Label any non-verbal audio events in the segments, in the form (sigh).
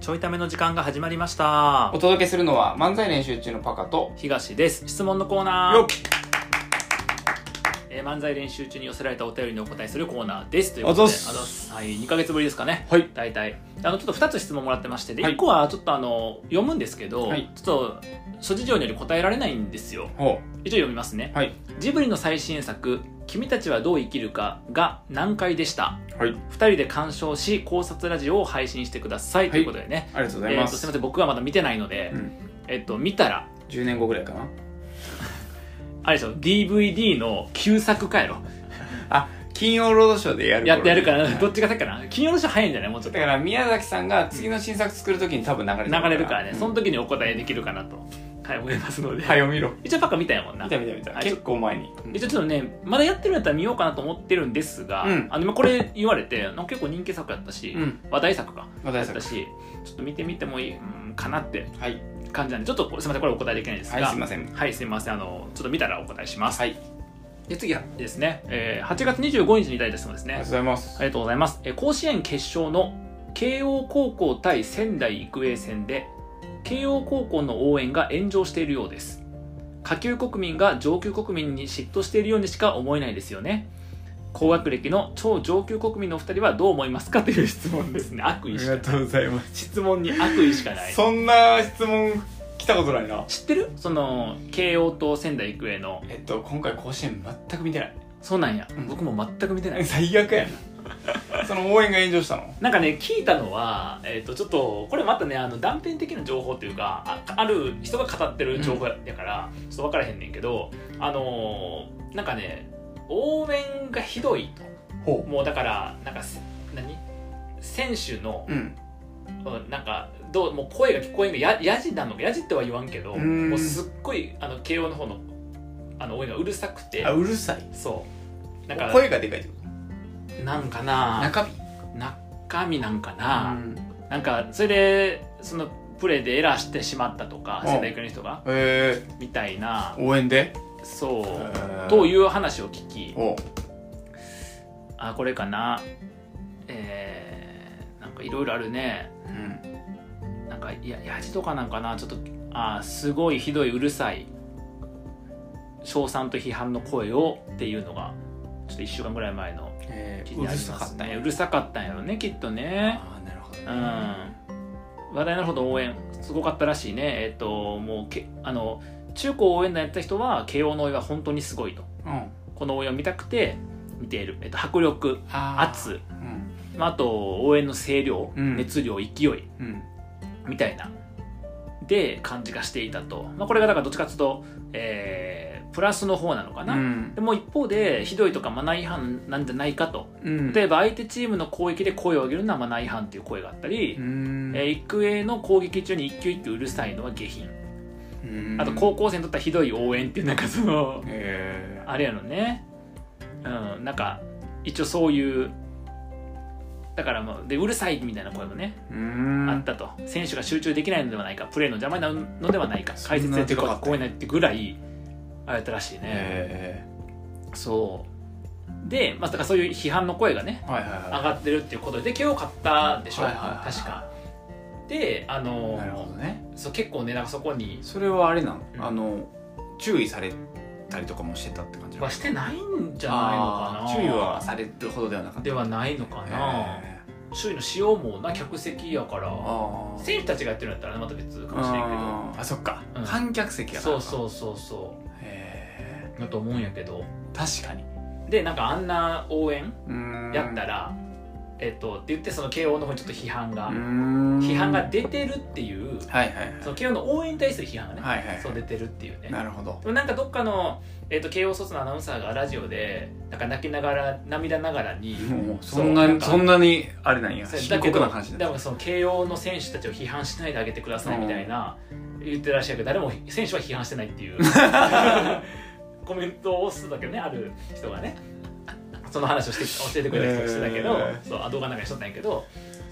ちょいための時間が始まりましたお届けするのは漫才練習中のパカと東です質問のコーナよー、えー漫才練習中に寄せられたお便りにお答えするコーナーですというこあとざでっすあざっすはい、2か月ぶりですかねはい大体あのちょっと2つ質問もらってましてではい1個はちょっとあの読むんですけど、はいちょっと諸事情により答えられないんですよほ一応読みますねうはいジブリの最新作「君たちはどう生きるか」が難解でしたはい2人で鑑賞し考察ラジオを配信してください、いということでねありがとうございえーまとすみす、ません僕はまだ見てないので、うん、えっと見たら10年後ぐらいかなあれでしょ DVD の旧作かやろあ金曜ロードショーでやる頃やってやるから (laughs) はいどっちが先かな金曜の人早いんじゃないもうちょっとだから宮崎さんが次の新作作るときに多分流れて流れるからねその時にお答えできるかなと、はい思いますので、はよ見ろ一応パッカ見たんやもんな見た見た見たはい結構前に一応ちょっとねまだやってるんやったら見ようかなと思ってるんですが、うんあの今これ言われてなんか結構人気作やったし、うん話題作か話題作だしちょっと見てみてもいいうんかなってはい感じなんでちょっとこれすみませんこれお答えできないですがはいすいませんはいすいませんあのちょっと見たらお答えします、はいで次はですね、えー8月25日にいただいた質問ですありねがとうございますありがとうございます。えー甲子園決勝の慶応高校対仙台育英戦で慶応高校の応援が炎上しているようです。下級国民が上級国民に嫉妬しているようにしか思えないですよね。高学歴の超上級国民のお二人はどう思いますかという質問です (laughs) ね。悪あ意しかない。うございます質問に悪意しかない。 (laughs) そんな質問来たことないな知ってるその慶応と仙台育英のえっと今回甲子園全く見てないそうなんや、うん僕も全く見て (laughs) ない最悪やなその応援が炎上したのなんかね聞いたのは、えっとちょっとこれまたねあの断片的な情報というかあある人が語ってる情報やから、ちょっと分からへんねんけどあのーなんかね応援がひどいとほもうだからなんかせ何選手のう、んうんなんかどうもう声が聞こえんがややじなのかやじっては言わんけどうんもうすっごいあの慶応の方のあの応援がうるさくてあうるさいそうなんか声がでかいってこなんかとな中身中身なんかうな、んなんかそれでそのプレーでエラーしてしまったとかうん仙台育英の人がえみたいなー、応援でそえうーという話を聞きおうあこれかなえー、なんかいろいろあるねうんなんかいややじとかなんかなちょっとあーすごいひどいうるさい称賛と批判の声をっていうのがちょっと1週間ぐらい前のえ記ー事うにあるりさまかすったんねやうるさかったんやろねきっとねああなるほどねうん話題なるほど応援すごかったらしいねえっ、ともうけあの中高応援団やった人は慶応の応援は本当にすごいとうんこの応援を見たくて見ている、えっと迫力あー圧、うんまあ、あと応援の声量、うん熱量勢いうんみたいなで感じがしていたと、まあ、これがだからどっちかというと、えープラスの方なのかな、うんでも一方でひどいとかマナー違反なんじゃないかとうん例えば相手チームの攻撃で声を上げるのはマナー違反という声があったり、うんえー育英の攻撃中に一球一球うるさいのは下品、うんあと高校生にとってはひどい応援っていうなんかそのえーあれやのねうんなんか一応そういうだからもうでうるさいみたいな声もね、うあんったと選手が集中できないのではないかプレーの邪魔になるのではないか解説やってることがそんなでかかった聞こえないってぐらいあれやったらしいね、えそうでまあだからそういう批判の声がねーはいはい上はがってるっていうことで今日買ったでしょ、はいはいはいはい確かであいのなるほどねそう結構ねなんかそこにそれはあれなの、うんあの注意されたりとかもしてたって感じなのはしてないんじゃないのかあなー注意はされるほどではなかったではないのかな、え注意のしようもな客席やかーらあー選手たちがやってるんだったらねまた別かもしれんあーあそっか、うん観客席けどやそううそうそうそうへだと思うんやけどー確かにでなんかあんな応援うーんやったら、えっとって言ってその慶応の方にちょっと批判が、うーん批判が出てるっていうはいはいはいその慶応の応援に対する批判がね、はいはいそう出てるっていうねなるほどでもなんかどっかの、えっと慶応卒のアナウンサーがラジオでなんか泣きながら涙ながらにもうそうそんななんにかそんなにあれなんやそれ深だけ刻どな感じでだもその慶応の選手たちを批判しないであげてくださいみたいな、言ってらっしゃるけど誰も選手は批判してないっていうコメントをするだけねある人がねその話をして教えてくれたりとかしてたけど、へーそうあ動画なんかしとったんやけど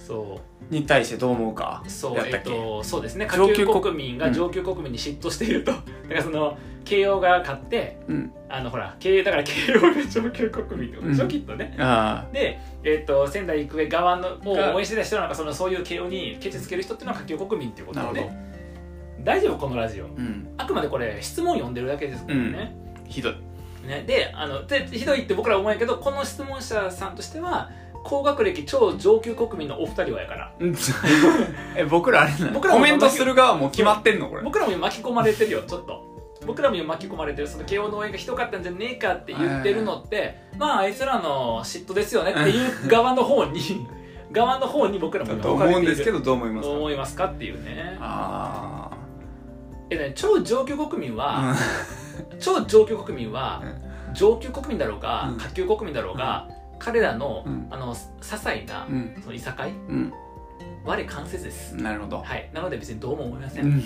そうに対してどう思うかそうやっえたっっけ、と、そうですね下上級級国国民が上級国民に嫉妬していると、だからその慶応が勝ってうんあのほら慶応だから慶応が上級国民ってことでしょ、うんきっとねあで、えっと仙台育英側のがを応援してた人なんかそのそういう慶応にケチつける人っていうのは下級国民っていうあことなるで、ほどね、大丈夫このラジオうんあくまでこれ質問読んでるだけですからね、ひどいね、であのでひどいって僕ら思うんやけどこの質問者さんとしては高学歴超上級国民のお二人はやからうん (laughs) え僕らあれなの僕らもコメントする側も決まってんのこれ僕らも巻き込まれてるよちょっと僕らも巻き込まれてるその慶応の応援がひどかったんじゃねえかって言ってるのってまああいつらの嫉妬ですよねっていう側の方 (laughs) に側の方に僕らもだ今と置かれ思てういんるですけどどう思いますどうか思いますかっていうねあえね超上級国民は、あ超上級国民は上級国民だろうが、うん下級国民だろうが、彼らの、うんあの些細な、うんそのいさかいうん我関節です、うんなるほどはいなので別にどうも思いません、うん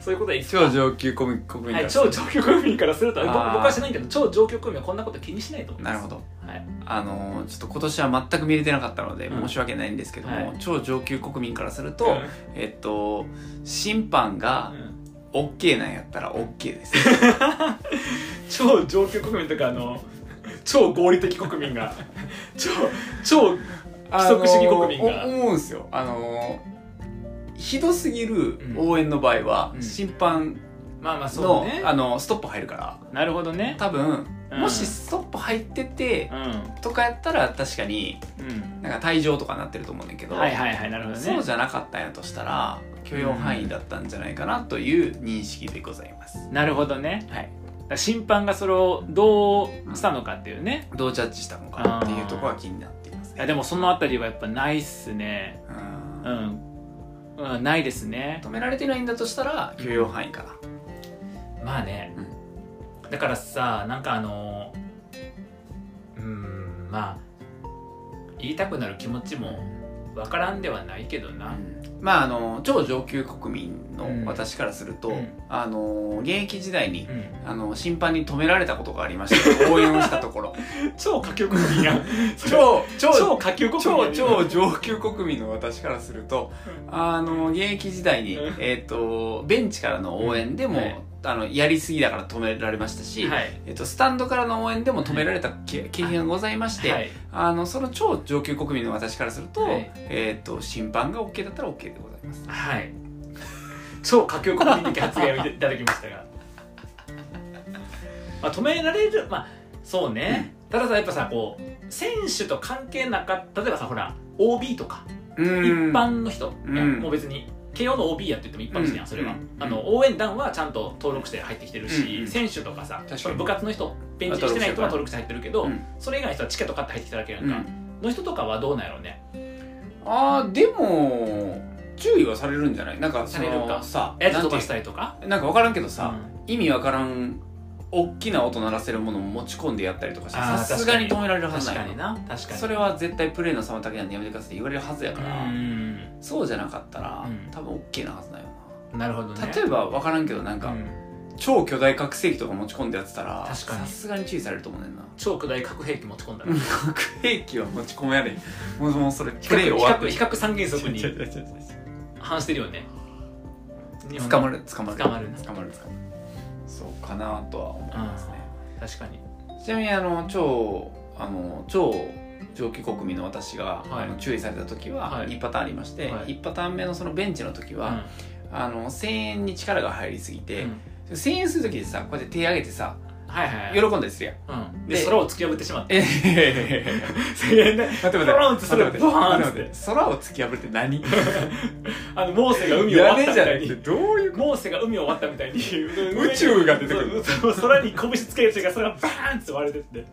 そういうことは一切超上級コミ国民はかい、ら超上級国民からするとあ僕ー僕はしないけど超上級国民はこんなこと気にしないと思いまなするほどはい、あのーちょっと今年は全く見れてなかったのでうん申し訳ないんですけども、はい超上級国民からすると、と、えっと審判うがん OK なんやったら OK です、超上級国民とかあの (laughs) 超合理的国民が (laughs) 超超あの (laughs) ー規則主義国民がお思うんですよあのーひどすぎる応援の場合は、うん審判まあまあその,、うねあのストップ入るからなるほどね多分、うんもしストップ入っててうんとかやったら確かにうんなんか退場とかなってると思うんだけど、はいはいはいなるほどねそうじゃなかったんやとしたら許容範囲だったんじゃないかなという認識でございます、なるほどねはだいから審判がそれをどうしたのかっていうねどうジャッジしたのかなっていうところは気になっていますいねやでもそのあたりはやっぱないっすねううんん、うん、ないですね止められてないんだとしたら許容範囲かなまあね、だからさなんかあのうーんまあ言いたくなる気持ちもわからんではないけどな、まああの超上級国民うんの私からすると、うんあの現役時代うに、んあの審判に止められたことがありました応援をしたところ超下級国民やん超超超下級国民や超ん超上級国民の私からするとあの現役時代に、うんえー、とベンチからの応援でも、はいあのやりすぎだから止められましたし、はいえー、とスタンドからの応援でも止められたけ経験がございまして、はいあのその超上級国民の私からすると,、はいえー、と審判が OK だったら OK でございます。はい超下級国民的発言をいただきました (laughs) がまあ止められるまあそうね、たださやっぱさこう選手と関係なかった例えばさほら OB とか一一般の人、うんいやもう別に慶応の OB やって言っても一般の人やん、うんそれは、うんあの応援団はちゃんと登録して入ってきてるし、うんうん選手とかさ確かにその部活の人ベンチにしてない人は登録して入ってるけど、うんそれ以外の人はチケット買って入ってきただけやんか、うんの人とかはどうなんやろうねあーでも注意はされるんじゃないなんかそのされるかさやつなん飛ていばうしたりとかなんか分からんけどさ、意味分からん大きな音鳴らせるものを持ち込んでやったりとかしてあーさすがに止められるはず確なかいにな確かにそれは絶対プレーの妨げなんでやめてくださいって言われるはずやうから、んそうじゃなかったら、うん多分 OK なはずだよななるほどね例えば分からんけどなんか、うん超巨大拡声器とか持ち込んでやってたら確かにさすがに注意されると思う (laughs) ねんな超巨大核兵器持ち込んだら (laughs) うん核兵器は持ち込めやれもうもうそれ比プレー較終比わっ較て比較三原則に (laughs) 違う違う違う違う反してるよ (laughs) ね捕まる捕ま捕まるる捕まる捕まるそうかなとは思いますね、確かにちなみにあの超あの超上級国民の私が、はいあの注意された時ははい2パターンありまして、はい1パターン目のそのベンチの時は、あの声援に力が入りすぎうんて、うん声援する時でさこうやって手上げてさはいはいはい喜んだりするやん。うん、でで空を突き破ってしまったえへへへ (laughs) 声援で待って待ってドローンってする待ってドーンっ待つっってて待って空を突き破るって何あのモーセが (laughs) 海を屋割っ根たみじゃたないくてにどういう (laughs) こモーセが海を割ったみたいに宇 (laughs) 宇宙が出てく (laughs) る空に拳つける人がそれがバーンって割れてって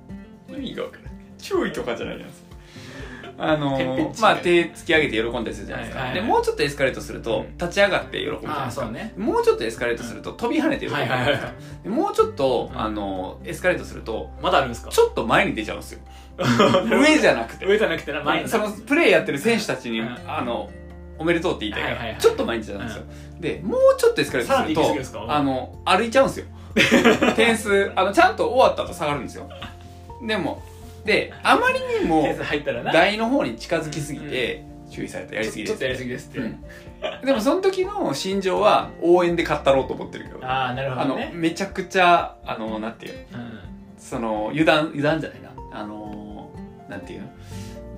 と意味が分からない注意とかじゃないやつあの天変地異まあ手突き上げて喜んだりするじゃないですか、はいはいはいでもうちょっとエスカレートすると、うん立ち上がって喜ぶじゃないですかうねもうちょっとエスカレートすると、飛び跳ねて喜ぶはじゃいなはいいではすか、いでもうちょっと、うんあのエスカレートするとまだあるんですかちょっと前に出ちゃうんですよ上じゃなく (laughs) て上じゃなくてな前に (laughs) そのプレーやってる選手たちに、うんあのおめでとうって言いたいから、はいはいはいちょっと前に出ちゃうんですよ、でもうちょっとエスカレートするさらに行き過とぎですかあの (laughs) 歩いちゃうんですよ点数あのちゃんと終わった後下がるんですよでもであまりにも点数入ったらな台の方に近づきすぎて注意されたやりすぎちょでっすとやりすぎですって、うんでもその時の心情は応援で勝ったろうと思ってるけどああなるほあどのねめちゃくちゃあのなんていううんその油断油断じゃないなあのなんていうの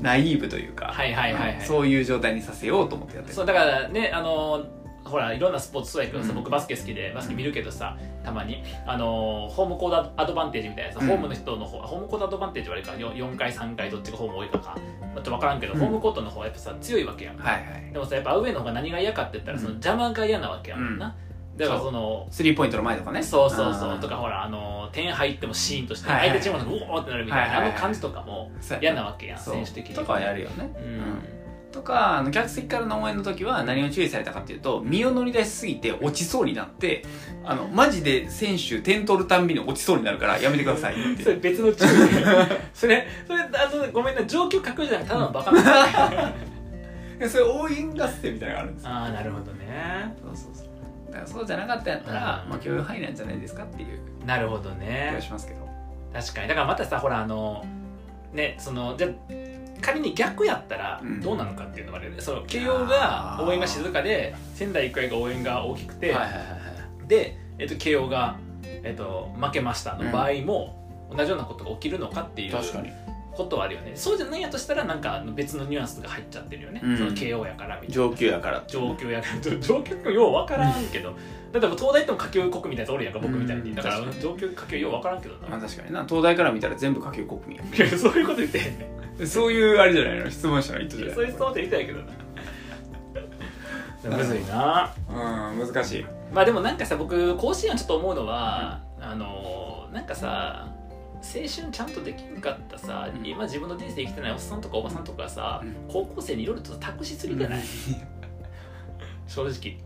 ナイーブというか、はいはいはいはいそういう状態にさせようと思ってやってるそうだからねあのほらいろんなスポーツそうやけどさ、うん僕バスケ好きでバスケ見るけどさたまにあのホームコートアドバンテージみたいなさ、うんホームの人の方ホームコートアドバンテージはあれか 4, 4回3回どっちがホーム多いかかちょっと分からんけど、うんホームコートの方はやっぱさ強いわけやんはいはいでもさやっぱアウェーの方が何が嫌かって言ったら、うんその邪魔が嫌なわけやもんな、だからそのスリーポイントの前とかねそうそうそうとかかほらあの点入ってもシーンとしてはいは相い手チームの人がうおーってなるみたいな、はいはいはいあの感じとかも嫌なわけやん選手的にとかはやるよね、ううんんとかあの客席からの応援の時は何を注意されたかっていうと身を乗り出しすぎて落ちそうになってあのマジで選手点取るたんびに落ちそうになるからやめてくださいっ (laughs) それて別のチームそれそれあのごめんな上級格じゃなくてただのバカな (laughs) でそれ応援合戦みたいなのがあるんですよああなるほどねそうそうそうだからそうじゃなかったんやったら、うんまあ、共有範囲なんじゃないですかっていうなるほど気がねしますけど、確かにだからまたさほらあのねそのじゃ仮に逆やったらうんどうなのかっていうのもあるよね、その慶応が応援が静かで仙台育英が応援が大きくて、はいはいはいで、えっと、慶応が、えっと、負けましたの場合も、同じようなことが起きるのかっていうにことはあるよねそうじゃないやとしたらなんかあの別のニュアンスが入っちゃってるよね、うんその慶応やからみたいな上級やから上級やから (laughs) 上級かよう分からんけどだってもう東大行っても下級国みたいなやつおるやんか僕みたいうんにだから確かに上級下級よう分からんけどな (laughs) まあ確かにな東大から見たら全部下級国民そういうこと言ってへんねそういうあれじゃないの質問者の意図じゃないそういう人って言いたいけどなむずいなうん難しいまあでもなんかさ僕甲子園ちょっと思うのは、あのーなんかさ青春ちゃんとできんかったさ、うん今自分の人生生きてないおっさんとかおばさんとかさ、うん高校生にいろいろと託しすぎて (laughs) ない、正直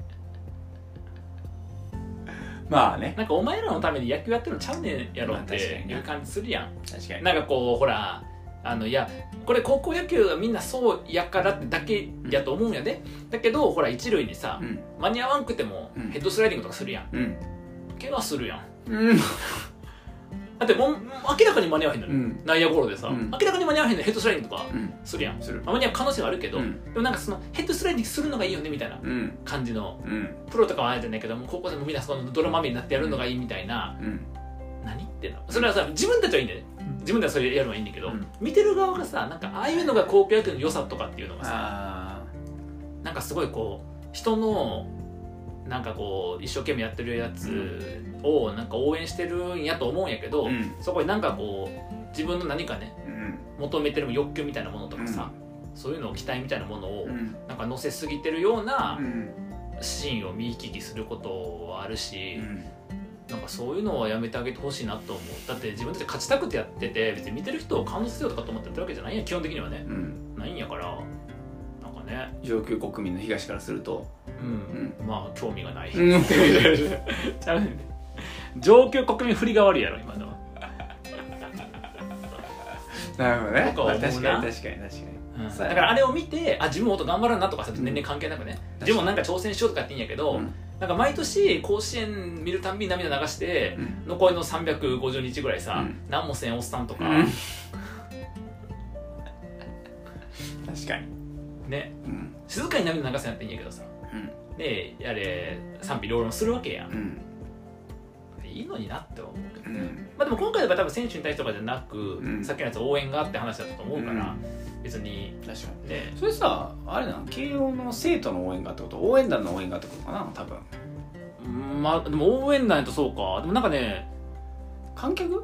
まあねなんかお前らのために野球やってるのちゃうねんやろっまあ確かてにいなう感じするやん確かになんかこうほらあのいやこれ高校野球はみんなそうやからってだけやと思うんやで、だけどほら一塁にさ、うん間に合わんくてもうんヘッドスライディングとかするやんうん怪我するやんうんだってもう明らかに間に合わへんのよ、うん内野ゴロでさ、うん明らかに間に合わへんのよヘッドスライディングとかうんするやん、するまあ間に合う可能性はあるけど、うんでもなんかそのヘッドスライディングするのがいいよねみたいなうん感じのうんプロとかはあえてないけどもう高校でもみんなその泥まみれになってやるのがいいみたいな、うん何言ってんのそれはさ自分たちはいいんだよねうん自分たちはそれやるのはいいんだけど、うん見てる側がさなんかああいうのが高校野球の良さとかっていうのがさあなんかすごいこう人のなんかこう一生懸命やってるやつをなんか応援してるんやと思うんやけど、あうんそこになんかこう自分の何かね求めてる欲求みたいなものとかさ、そういうのを期待みたいなものをうんなんか乗せすぎてるようなうんシーンを見聞きすることはあるし、うんなんかそういうのはやめてあげてほしいなと思うだって自分たち勝ちたくてやってて別に見てる人を感動させようとかと思ってやってるわけじゃないやん基本的にはねうんないんやからなんかね上級国民の東からするとうん、まあ興味がない、 (laughs) うんちゃうねん上級国民振りが悪いやろ今のは (laughs) なるほどねとかま思うあな確かに確かに確かにうんだそうかやならあれを見てあ自分もっと頑張らんなとかさ年齢関係なくね、うん自分もなんか挑戦しようとかっていいんやけど、うんなんか毎年甲子園見るたんびに涙流してうん残りの350日ぐらいさ、うん何もせんおっさんとか、確かにねうん静かに涙流せなっていいんやけどさでやれ賛否両論するわけや、うんんいいのになって思うけうどね、んまあ、でも今回は多分選手に対してとかじゃなく、うんさっきのやつ応援があって話だったと思うから、うん別に確かにねそれさあれな慶応の生徒の応援がってこと応援団の応援がってことかな多分まあでも応援団やとそうかでもなんかね観客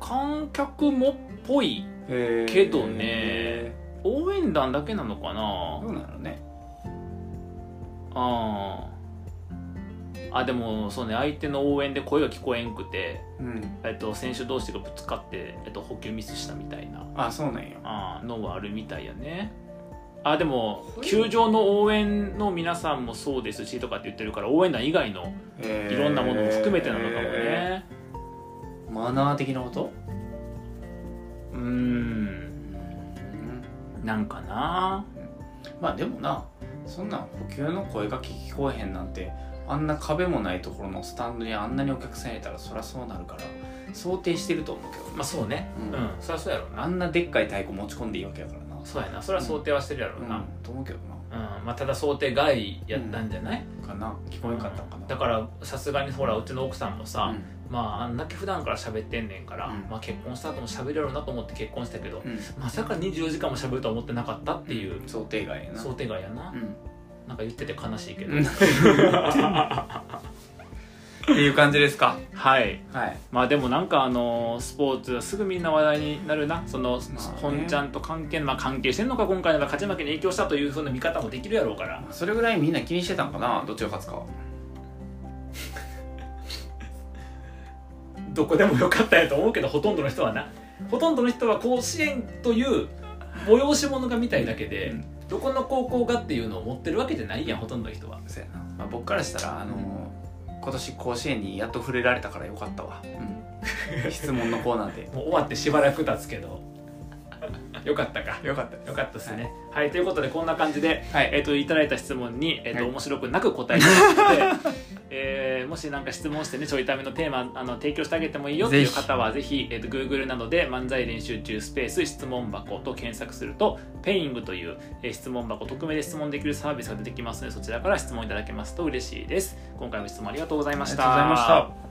観客もっぽいけけどね応援団だけなのかなどうなのねあーあでもそうね相手の応援で声が聞こえんくて、うんえっと、選手同士がぶつかって、えっと、補給ミスしたみたいなあそうなんやあーのはあるみたいやねあでも球場の応援の皆さんもそうですしとかって言ってるから応援団以外のいいろんなものも含めてなのかもねマナー的なことうーんなんかなまあでもなそんなん補給の声が聞こえへんなんてあんな壁もないところのスタンドにあんなにお客さんいたらそりゃそうなるから想定してると思うけど、まあそうねううんん、そりゃそうやろうあなんなでっかい太鼓持ち込んでいいわけやからなそうやなそれは想定はしてるやろうな、うんと思うけどうんまあ、ただ想定外やったんじゃない、なかな聞こえんかったんかな、だからさすがにほらうちの奥さんもさ、うまああんだけ普段から喋ってんねんから、うんまあ、結婚した後も喋るやろうなと思って結婚したけど、んうんまさか24時間も喋るとは思ってなかったっていう想定外やな想定外や (laughs) な、うんなんか言ってて悲しいけど、うんっていう感じですかはいはいまあでもなんかあのースポーツはすぐみんな話題になるなその、本ちゃんと関係、まあ、関係してんのか今回の勝ち負けに影響したというふうな見方もできるやろうからそれぐらいみんな気にしてたんかなどっちが勝つかはどこでもよかったやと思うけどほとんどの人はなほとんどの人は甲子園という催し物が見たいだけで、うんどこの高校がっていうのを持ってるわけじゃないやんほとんどの人はそうやな、まあ、僕からしたらあのー今年甲子園にやっと触れられたからよかったわ、うん (laughs) 質問のコーナーでもう終わってしばらく経つけどよかったかよかったでよかったですねはい、ということでこんな感じで、はいえっといただいた質問に、えっとはい面白くなく答えてますので、 (laughs) えーもし何か質問してねちょいためのテーマあの提供してあげてもいいよっていぜうひ方はぜひ、えっと Google などで漫才練習中スペース質問箱と検索するとペイングという、えー質問箱匿名で質問できるサービスが出てきますのでそちらから質問いただけますと嬉しいです今回も質問ありがとうございましたありがとうございました